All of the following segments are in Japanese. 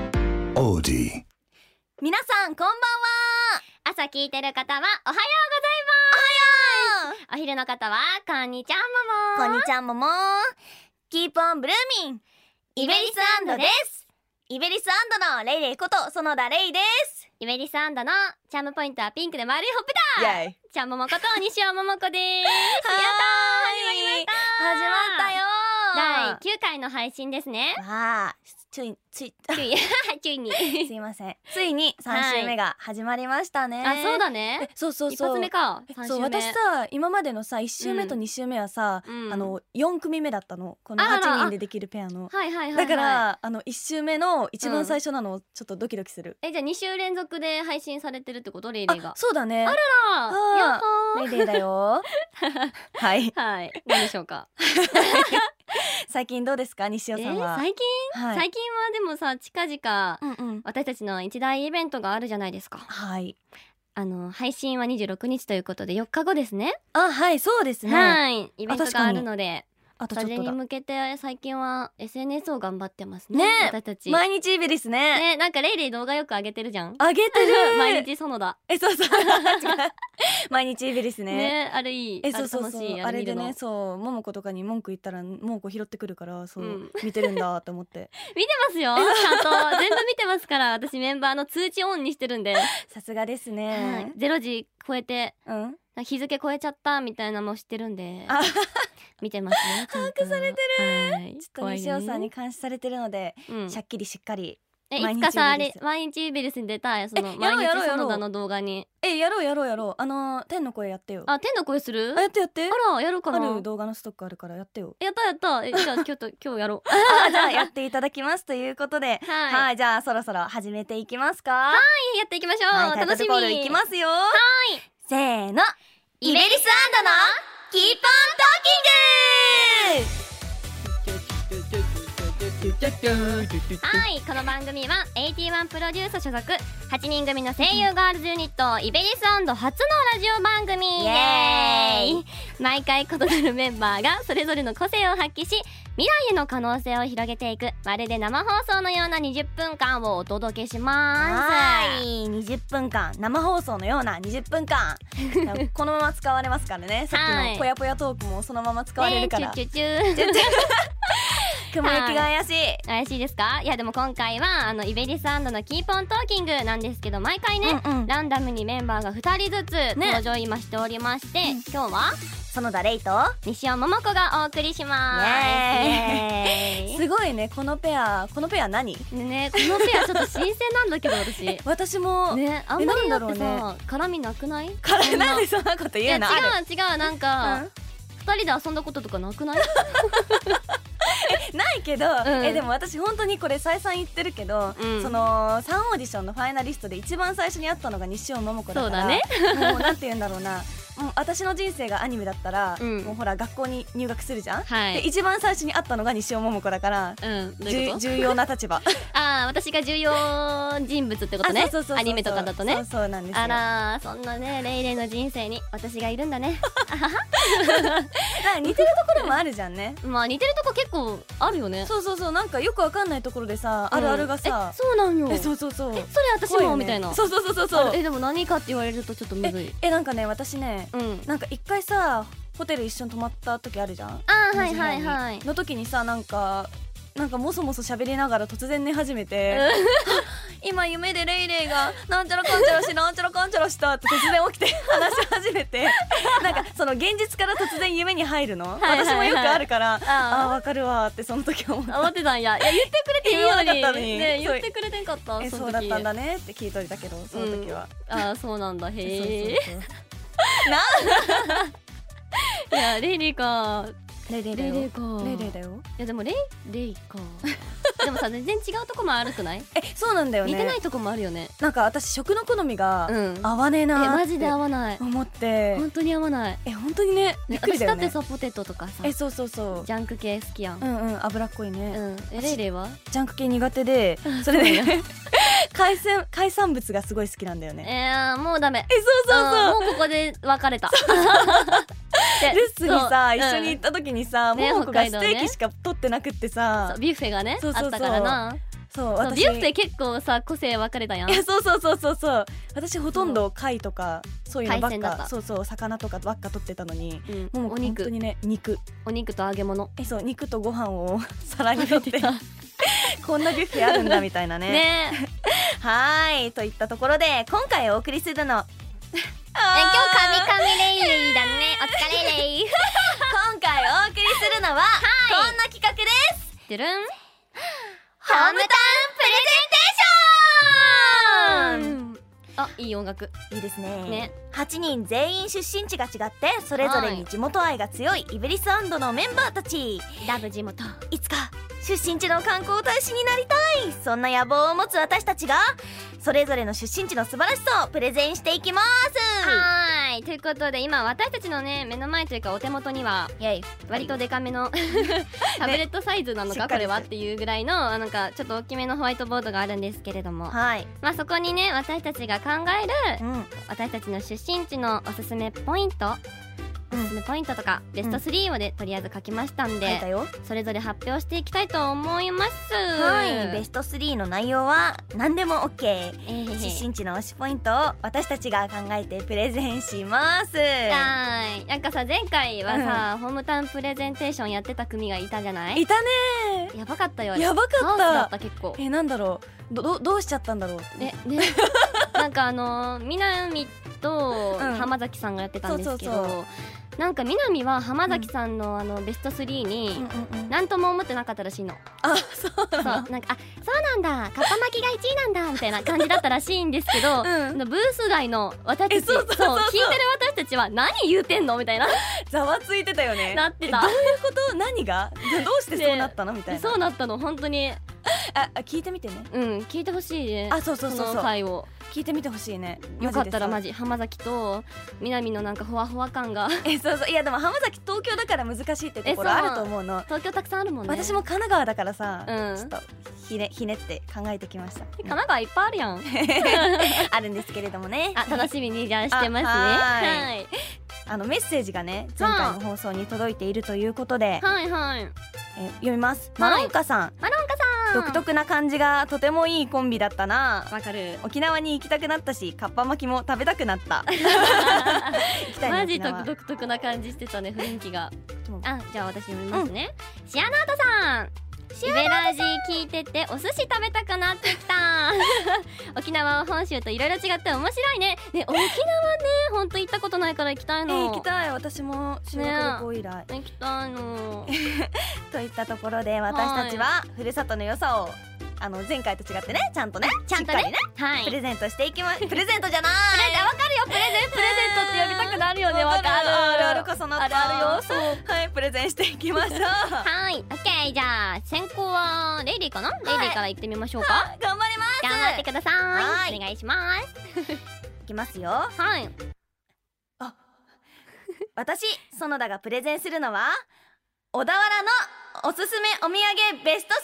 オーディ皆さんこんばんは朝聞いてる方はおはようございますお昼の方はこんにちはももこんにちはももキープオンブルーミンイベリスですイベリスのレイレイこと園田レイですイベリスのチャームポイントはピンクで丸いほっイぺェイやったちゃんももこと西尾ももこです たー始まり始ま第ったよ9回の配信ですね第わあついつい 9位9位に すいませんついに三週目が始まりましたね、あそうだえねそうそう一そう発目かえ3そう週私目さ今までのさ1週目と2週目はさ、うんあの4組目だったのこのあら8人でできるペアのはいはいはいはだいからあの1週目の一番最初なのちょっとドキドキする、えじゃあ2週連続で配信されてるってことレイレイがあそうだねあああーやっほレイレイだ よはいーはい何でしょうか最近どうですか西え尾さんは、最近はい、最近はでもさ近々うんうん私たちの一大イベントがあるじゃないですかはいあの配信は26日ということで4日後ですねあはいそうですね、はいイベント確がかあにるのであとそちょれっとにだ向けて最近は SNS を頑張ってますねねえ私たち、毎日イベリスねねなんかレイレイ動画よく上げてるじゃ んあげてる毎日園田え そうそう違う毎日イベリスねねあれいいえそうそうそうあれ楽しいあれで見ねるそうももことかに文句言ったらももこ拾ってくるからそう、うん見てるんだって思って の見てますよちゃんと全部見てますから私メンバーの通知オンにしてるんで、さすがですはいね、 0時超えてうん日付超えちゃったみたいなのも知ってるんであ見てますね把把握されてるはいちょっと西尾さんに、監視されてるのので、怖いよねうんしゃっきりしっかりえ毎い日つかさあイベリれス毎日イベルスに出たいそのえや毎ろう日やろうやろ園う田の動画にえやろうやろうやろうあのー天の声やってよああ天の声するやってやってあらやるかあなる動画のストックあるからやってよやったやったえじゃあ今日と今日 やろうあじゃあやっていただきますということではい、はいじゃあそろそろ始めていきますかはやっていきましょう、いタイト楽ルしコールみいきますよはいせーのイベリスアンドのキーはいこの番組は81プロデュース所属8人組の声優ガールズユニットイベリス初のラジオ番組イエーイ毎回異なるメンバーがそれぞれの個性を発揮し未来への可能性を広げていくまるで生放送のような20分間をお届けしますはい20分間生放送のような20分 間このまま使われますから ねさっきはいのぽやぽやトークもそのまま使われるから、ねえチュチュチュ雲行きが怪しい、怪しいですかいやでも今回はあのイベリスのキーポントーキングなんですけど毎回ね、うんうんランダムにメンバーが2人ずつ登場今しておりまして、今日は園田レイと西尾桃子がお送りしますイエーイすご いねこのペアこのペア何でねこのペアちょっと新鮮なんだけど私 ね私も、あんまりだなんだってろさ、絡みなくないからそんなんでそんなことい言やう違のう違うなんあかる二人で遊んだこととかなくなういんないけど、んえでも私本当にこれ再三言ってるけど、うんその3オーディションのファイナリストで一番最初に会ったのが西尾桃子だからそうもうなんて言うんだろうなもう私の人生がアニメだったら、うんもうほら学校に入学するじゃん、はでい一番最初に会ったのが西尾桃子だからうんどういう重 こと重要な立場ああ私が重要人物ってことあねそうそうそうそうアニメとかだとねそうそうなんですよあらーそんなねレイレイの人生に私がいるんだねなんか似てるところもあるじゃんねまあ似てるとこ結構あるよねそうそうそうなんかよくわかんないところでさ、あるあるがうんさえそうなんよえそうそうそうえそれ私怖も、よねみたいなそうそうそうそうそうえでも何かって言われるとちょっとむずいえなんかね私ねうんなんか一回さホテル一緒に泊まった時あるじゃんあーはいはいはいの時にさなんかなんかもそもそ喋りながら突然寝始めて「今夢でレイレイ がなんちゃらかんちゃらしなんちゃらかんちゃらした」って突然起き て話し始め てなんかその現実から突然夢に入るのいはいはい私もよくあるからあああわかるわーってその時思ったあ思ってたんやいや言ってくれていいよ言わなかったのにそねう言ってくれてんかったえそそのうだっ時たんだねって聞いといたけどその時は、あーそうなんだそうそうへえそうそう いやレイレイかレイレイだレイよレイかレイレイだよいやでもレイレイかでもさ全然違うとこも悪くないえそうなんだよね似てないとこもあるよねなんか私食の好みがうん合わねええなーマジで合ってわない思って本当に合わないえ本当にねびっくり私だだよってねさポテトとかさえそうそうそうジャンク系好きやんうんうん脂っこいね、うんえレイレイはジャンク系苦手でそれで、 海鮮海産物がすごい好きなんだよねえーもうダメえそうそうそううんもうここで別 れたでルッスにさそう一緒に行った時にさねモモコが北海ス道テねーキしか取ってなくってうんさそうビュッフェがねそうそうそうあったからなそうそう私ビュッフェ結構さ個性分かれたやんいやそうそうそうそうそう私ほとんど貝とかそういうのばっ海鮮だったかそうそう魚とかばっか取ってたのにうもんうお本当肉にね肉お肉と揚げ物えそう肉とご飯を 皿に食取べってて たこんなビュッフェあるんだみたいなね ねえはーいといったところで今回お送りす るのあー今日カミカミレイレイだねお疲れレ イ今回お送りするのは、こんな企画ですてるんホームタウンプレゼンテーションあいい音楽いいですねね8人全員出身地が違ってそれぞれに地元愛が強いイベリスのメンバーたちラブ地元いつか出身地の観光大使になりたいそんな野望を持つ私たちがそれぞれの出身地の素晴らしさをプレゼンしていきますはーいということで今私たちのね目の前というかお手元にはイエイ割とデカめ のタブレットサイズなのしかっかこりれしてはっていうぐらいのあなんかちょっと大きめのホワイトボードがあるんですけれどもはい、まあそこにね私たちが考えうるん、私たちの出身地のおすすめポイントおうんすすめポイントとかベストうん3をでとりあえず書きましたん書いたでよそれぞれ発表していきたいと思いますはいベスト3の内容は何でも OK え ーへへ出身地の推しポイントを私たちが考えてプレゼンしますはいなんかさ前回はさ、ホームタウンプレゼンテーションやってた組がいたじゃないいたねやばかったよあれやばカかオっスだたった結構えなんだろうどどどうしちゃったんだろうねね なんかあのー南とうん浜崎さんがやってたんですけど、そうそうそなんか南は浜崎さんのあのベスト3うんにうんうん何とも思ってなかったらしいの、あそうそうなんなかあそうなんだかっぱ巻きが1位なんだみたいな感じだったらしいんですけど、のうんブース外の私たえちそうそうそうそう聞いてる私たちは何言うてんのみたいなざわついてたよねなってたえどういうこと何がどどうしてそうなったのみたいなそうなったの本当にああ聞いてみてねうん聞いてほしいねあそうそうそうこそのう回を聞いてみてほしいねよかったらマジジ浜崎と南のなんかほわほわ感がでさえそうそういやでも浜崎東京だから難しいってところえあそうると思うの東京たくさんあるもんね私も神奈川だからさ、うんちょっとひねひねって考えてきました神奈川いっぱいあるやん あるんですけれどもねあ楽しみにじゃあしてますあねははーいあのメッセージがね前回の放送に届いているということで、はいはいえー読みますはマいロンカさん、マロンカさん独特な感じがとてもいいコンビだったなわかる沖縄に行きたくなったしかっぱ巻きも食べたくなった 行きたいなマジ沖縄独独特な感じしてたね雰囲気がちょっとあじゃあ私読みますね、シアナートさんイベラージ聞いててお寿司食べたくなってき た沖縄は本州といろいろ違って面白いねね沖縄ねほんと行ったことないから行きたいえの、ー行きたい私も修学旅行以来、行きたいのといったところで私たちはふるさとの良さをあの前回と違ってねちゃんとねちゃんとしねっかりねはいプレゼントしていき まプレゼントじゃないわかるよプレゼンプレゼントって呼びたくなるよねわわかかるるあるあるこそのあるあるよそうはいプレゼンしていきましょう はいオッケーじゃあ先行はレイリーかな、レイリーから行ってみましょうかあ頑張ります頑張ってくださいはいお願いしまいきますよすはい私園田がプレゼンするのは小田原のおすすめお土産ベスト3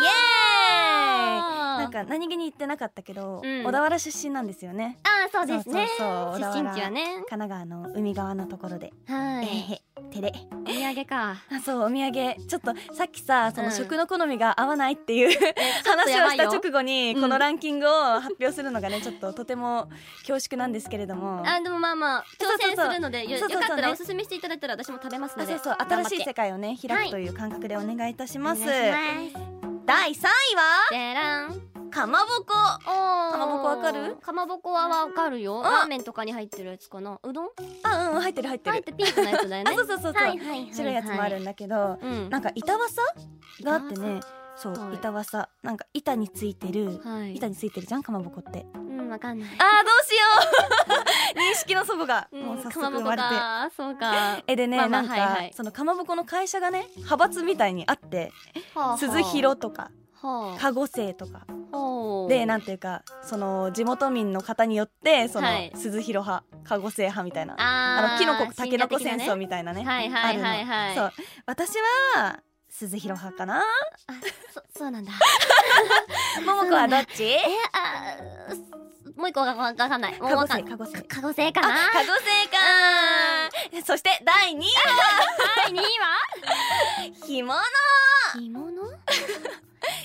イエーイなんか何気に言ってなかったけど、うん小田原出身なんですよねあーそうですねそうそうそう出身地はね神奈川の海側のところで、はえいへてれお土産かあそうお土産ちょっとさっきさそのうん食の好みが合わない っていう、と話やをばしいよた直後にうんこのランキングを発表するのがねちょっととても恐縮なんですけれどもあでもまあまあ挑そうそうそう戦するのでよそうそうそうよかったらねおすすめしていただいたら私も食べますのあでそうそう新しい世界をね開くという感覚でお願いいたします,、お願いします第3位はでらんかまぼこおーかまぼこわかるかまぼこはわかるよあラーメンとかに入ってるやつかなうどんあうん入ってる入ってる入ってピンクのやつだよあねそうそうそうそう、はいはいはいはい白いやつもあるんだけどうんなんか板わさがあってねそはうい板わさなんか板についてるはい板についてるじゃんかまぼこってうんわかんないあーどうしよう 認識の祖母がもう早速かまぼ生こまれてかそ うかえでね、まあまあなんか、はいはいそのかまぼこの会社がね派閥みたいにあって鈴広広とかはあ加護生とかほうでなんていうかその地元民の方によってその、はい鈴広派加護生派みたいなああーのキノコタ神ケノコ話的な戦ね争みたいなねはいはいはいはあいるのそう私は鈴広派 かなそそうなんだ桃子はどっちえあーもう一個がわかんないもう加護わか生ん加護生かごせいかあ加な護生かそして第2位は 第2位は干物着物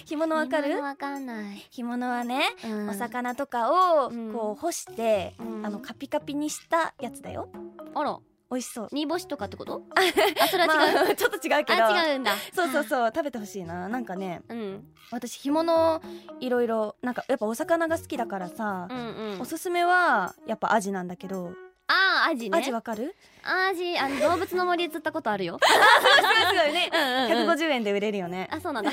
干物わかるわかんない、干物はね、うんお魚とかをうんこう干して、うんあのカピカピにしたやつだよあら美味しそう煮干しとかってことあそれは違う、まあ、ちょ っと違うけどあ違うんだそうそうそう食べてほしいななんかねうんうん私干物いろいろなんかやっぱお魚が好きだからさ、うんおすすめはやっぱアジなんだけど、あーアジねアジわか るアジあの動物の森で釣ったことあ るよすごいすごいねうんうんうん150円で売れるよねあそ うなんだ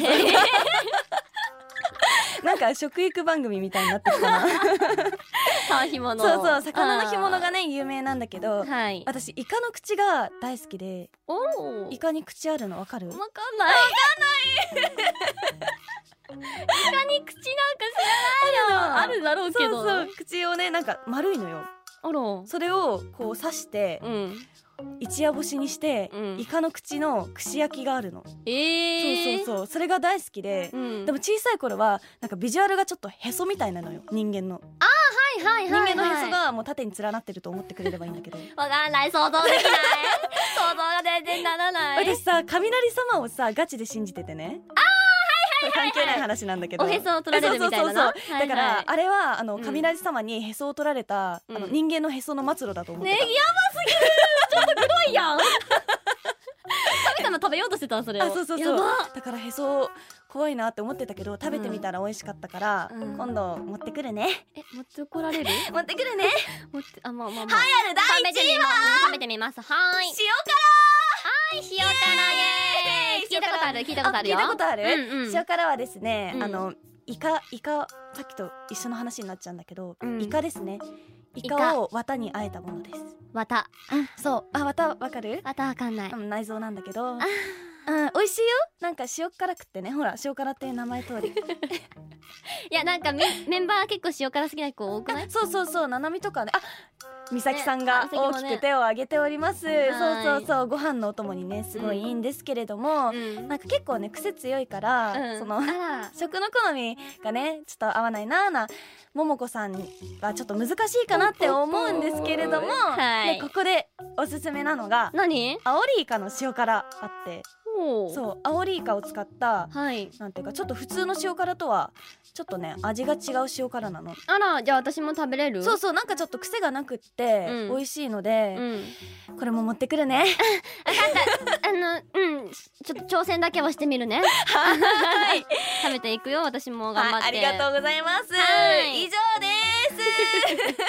なんか食育番組みたいになってき たなさあ干物そうそう魚の干物がねね有名なんだけどはい私イカの口が大好きでおおイカに口あるのわかるわかんない。わかんない。イカに口なんか知らないよ。あるだろうけど。そうそう口をねなんか丸いのよそれをこう刺してあら。うん。一夜干しにして、うんイカの口の串焼きがあるの、ええー。そううそうそうそれが大好きで、でん、でもも小さい頃はなんかビジュアルがちょっとへそみたいなのよ人間のはいはい人はい、はい、間のへそがもう縦に連なってると思ってくれればいいんだけどわかんない想像でき ない想像が全然ならない私さ雷様をさガチで信じててねああはいはいはい、関係ない話なんだけどおへそを取られるみたいなそうなそうそうそうだから、はいはあれはあのうん雷様にへそを取られた、あのうん人間のへその末路だと思い、っねてやた、ばすぎるちょっと黒いやん神様食べようとしてたそれをあそうそうやそうばだからへそ怖いなって思ってたけど食べてみたら美味しかったから、うん今度持ってくるねえ持ってこられる持ってくるね持ってあまあまあまあ栄えある食べ第て一み位ます食べてみますはーいはい、塩辛イエーイ聞いたことある聞いたことあるよ聞いたことある、うんうん塩辛はですね、うんあのイカイカさっきと一緒の話になっちゃうんだけど、うんイカですねイイカカを綿にあえたものですわたそうあ綿わかる、わたわかんないうん、内臓なんだけどうん美味しいよなんか塩辛くってねほら塩辛っていう名前 通りいやなんかメメンバー結構塩辛好きな子多くないそうそうそうななみとかねあ美咲さんがね美咲も大ねきく手を挙げております、はそいうそうそうご飯のお供にねすごいいいんですけれども、んなんか結構ね癖強いから、そのあら食の好みがねちょっと合わないなーなももこさんはちょっと難しいかなって思うんですけれども、はいでここでおすすめなのが何アオリイカの塩辛あってほうそうアオリイカを使ったはいなんていうかちょっと普通の塩辛とはちょっとね味が違う塩辛なの、あらじゃあ私も食べれるそうそうなんかちょっと癖がなくってうん美味しいので、んこれも持ってくるね あのうんちょっと挑戦だけはしてみるねはい 食べていくよ私も頑張って、 はいありがとうございます、は以い上です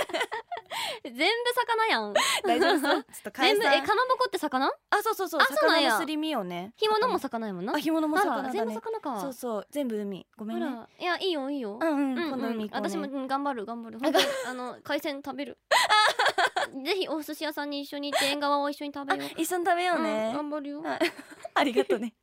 全部魚やん大丈夫そうちょっと解全部散えかまぼこって魚あそうそうそうあそうなんや魚のすり身をね干物も魚やもんなあ干物もあ魚らだ全部ね魚かそうそう全部海ごめほんねらいやいいよいいようんうんうん今度うん海行こうね私もうん頑張る頑張る本 当にあの海鮮食べる ぜひお寿司屋さんに一緒に行って縁側を一緒に食あべよう一緒に食べよううんね頑張 るよあありがとう ね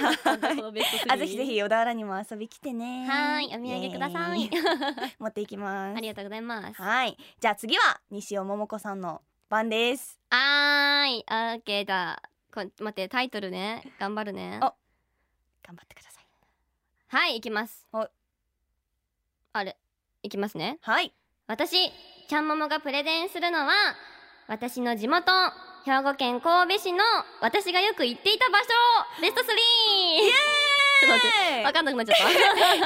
何だったんだこのベスト3あぜひぜひ小田原にも遊び来てねはーいお土産くださ イいエーイ持っていきまありすがとうございますははいじゃあ次は西尾桃子さんの番ですーいオッケーだこ待ってタイトルね頑張るねあ頑張ってくださいはい行きますおあれ行きますねはい私ちゃんももがプレゼンするのは私の地元兵庫県神戸市の私がよく行っていた場所ベスト3イエーイえわかんなくなっちゃった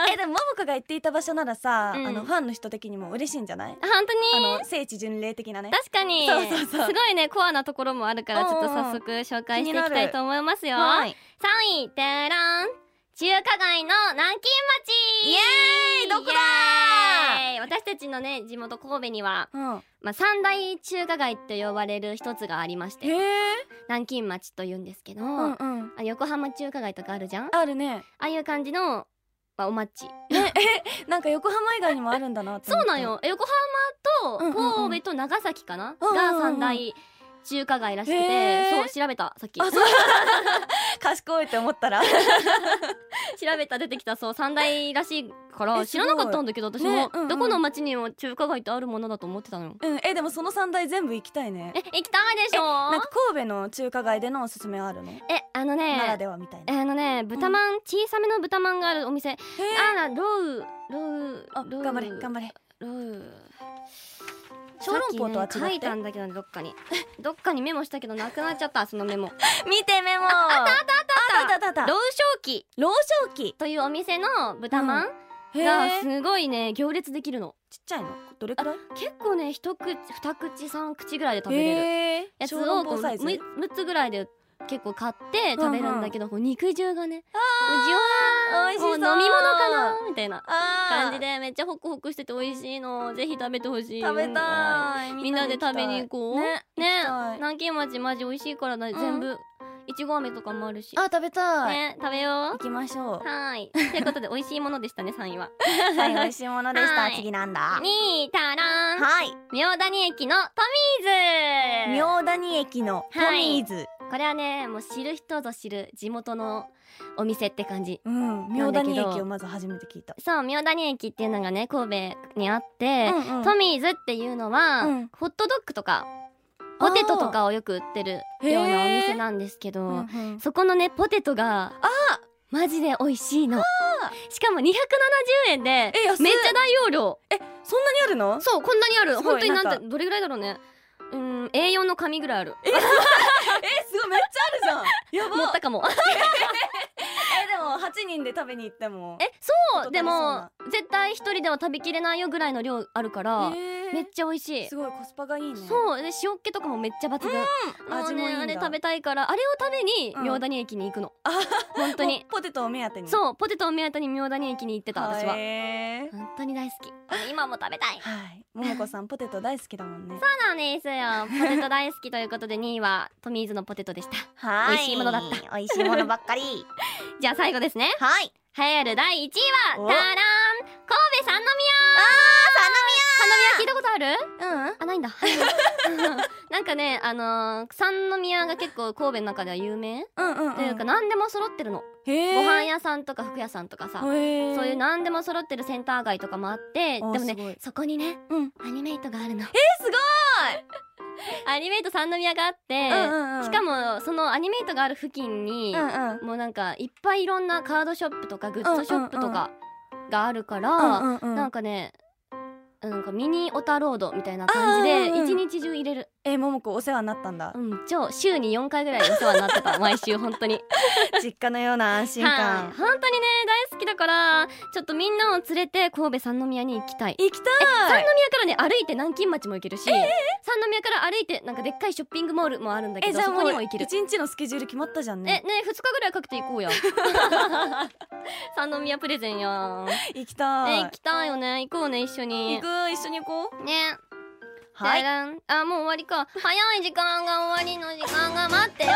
本えでも桃子が言っていた場所ならさ、うんあのファンの人的にも嬉しいんじゃないあ当にの聖地巡礼的なね確かにそうそうそうすごいねコアなところもあるからちょっと早速紹介していきたいと思いますよ、はい3位てらん中華街の南京町イエーイどこだイエーイ私たちのね地元神戸には、うんまあ、三大中華街と呼ばれる一つがありましてへえ南京町と言うんですけど、うんうんあ横浜中華街とかあるじゃんああるねあいう感じの、まあ、お町なんか横浜以外にもあるんだなってそ思っうたなんよ横うん浜うんうんと神戸と長崎かな、うんうんうんが三大中華街らしくて、へーそう調べたさっき調あそう賢いって思 ったら べた出てきたそう三大らしいからえ知らなかったんだけどす私ごいも、ねうんうんどこの町にも中華街ってあるものだと思ってたのようんえでもその三大全部行きたいねえ行きたいでしなんょか神戸の中華街でのおすすめあるのえあのならねではみたいなあのね豚まん、小さめの豚まんがあるお店、あらロウロウあロウ頑張れ頑張れロウ小籠包とは違ってさっきね書いたんだけどねどっかにどっかにメモしたけどなくなっちゃったそのメモ見てメモあったあったあったあっあったあったあった老少期老少期というお店の豚まんへがえちっすごいね行列できるのちゃいのどれくらい結構ね一口二口三口ぐらいで食べれるへえやつ小籠をこ包うサイズむ六つぐらいで結構買って食べるんだけどこう肉汁がねあーうじわー美味しそうもう飲み物かなみたいなあー感じでめっちゃホクホクしてて美味しいのぜひ食べてほしいよ食べたいみんなで食べに行こうねね行きたい南京餅マジ美味しいからねうん全部いちご飴とかもあるしあ食べたい、ね食べよ行きまし ょううはーいということで美味しいものでしたね3位ははい美味しいものでしたはい次なんだにーたらんはい妙谷駅のトミーズ妙谷駅のトミーズ、これはねもう知る人ぞ知る地元のお店って感じうんな妙んだけ谷ど駅をまず初めて聞いたそう妙谷駅っていうのがね神戸にあって、うんうんトミーズっていうのは、うんホットドッグとかあーポテトとかをよく売ってるようなお店なんですけど、うんうんそこのねポテトがマジで美味しいのしかも270円でえ安いめっちゃ大容量そんなにあるのそうこんなにあるすごい本当になんてなんどれぐらいだろうねうん A4 の紙ぐらいあるえすごいめっちゃあるじゃんや持ったかもえでも八人で食べに行ってもえそうちょっと食べでそうもな絶対一人では食べきれないよぐらいの量あるから、えめっちゃ美味しいすごいコスパがいいねそうで塩っ気とかもめっちゃ抜群、もう味もいねいんだあれ食べたいからあれを食べにうん明谷駅に行くの、あ本当もにうポテトを目当てにうそうポテトを目当てに明谷駅に行ってた私ははい本当に大好き今も食べたいはい桃子さんポテト大好きだもんねそうなんですよポテト大好きということで2位はトミーズのポテトでしたはい美味しいものだった美味しいものばっかり じゃあ最後ですねはい栄えある第1位はおたらーん神戸三宮三宮聞いたことあるあーあないんだ なんかねあのー三宮が結構神戸の中では有名三宮うんうんうんというか何でも揃ってるのへごー飯屋さんとか服屋さんとかさへーそういう何でも揃ってるセンター街とかもあってであーもすごねいそこにねうんアニメイトがあるのえごすいアニメイト三宮があってしかももそのアニメイトがある付近にうんうんもうなんかいっぱいいろんなカードショップとかグッズショップとかがあるかうらんうんうなんんかねなんかミニオタロードみたいな感じであーうんうん一日中入れるえ桃子お世話になったんだうん超週に4回ぐらいお世話になってた毎週本当に実家のような安心はい感本当にね大好きだからちょっとみんなを連れて神戸三宮に行きたい行き三たい宮からね歩いて南京町も行けるし、三宮から歩いてなんかでっかいショッピングモールもあるんだけえじどゃあそもうこに一も行ける日のスケジュール決まったじゃんえねね二日ぐらいかけて行こ うや三宮プレゼンやん行きたえい行きたいよね行こうね一緒に行く一緒に行こうねはじいゃらんあもう終わりか早い時間が終わりの時間が待 ってよ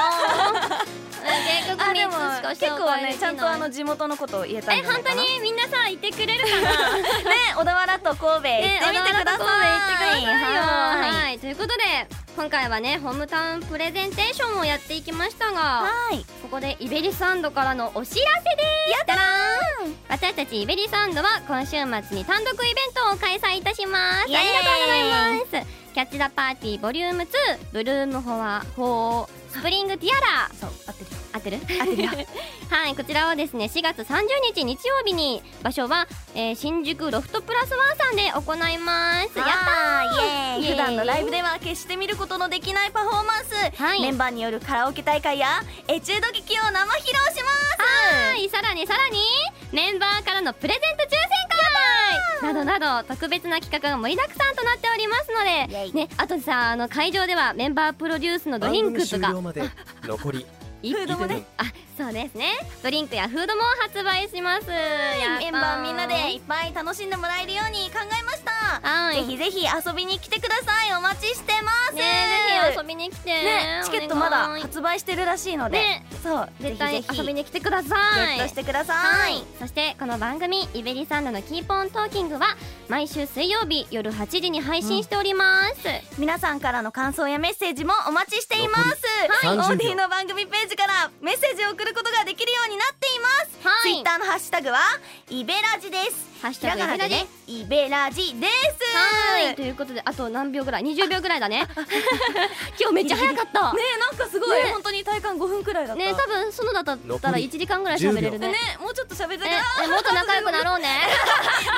え結局あで三もつしか結紹構介でねきちなゃいんとあの地元のことを言えたんえじゃない本か当なにみんなさいてくれる かなね小田原と神戸行ってみてください行ってくださいよはい、はいということで今回はねホームタウンプレゼンテーションをやっていきましたがはいここでイベリサンドからのお知らせですたらーん私たちイベリサンドは今週末に単独イベントを開催いたしますありイエーイがとうございますキャッチ・ザ・パーティーボリューム2ブルームフォア・ホースプリング・ティアラそう合ってるよ合ってる 合ってるよはいこちらはですね4月30日日曜日に場所は、えー新宿ロフトプラスワンさんで行いますややーイ普段のライブでは決して見ることのできないパフォーマンス、はいメンバーによるカラオケ大会やエチュード劇を生披露しますはいさらにさらにメンバーからのプレゼント抽選会などなど特別な企画が盛りだくさんとなっておりますイェので、イね、あとさあの会場ではメンバープロデュースのドリンクと番組終か了まで残りいフードもねあそうですねドリンクやフードも発売します、やったメンバーみんなでいっぱい楽しんでもらえるように考えました、はいぜひぜひ遊びに来てくださいお待ちしてますねぜひ遊びに来てねチケットまお願だい発売してるらしいので、ねそう絶対ぜひぜひ遊びに来てくださいゲットしてくださ、はいい、そしてこの番組「イベリサンドのキーポントーキング」は毎週水曜日夜8時に配信しております、皆さんからの感想やメッセージもお待ちしています残りオはいーデ30ィ秒の番組ページからメッセージを送ることができるようになっています、はいツイッターのハッシュタグはイベラジですハッシュタグひらがなでねイベラジですはいということであと何秒ぐらい20秒ぐらいだね 今日めっちゃ早かったね ねえなんかすごい、ね本当に体感5分くらいだった多分そのだったら残り1時間ぐらい喋れるねねもうちょっと喋りたい ねねもっと仲良くなろうね あー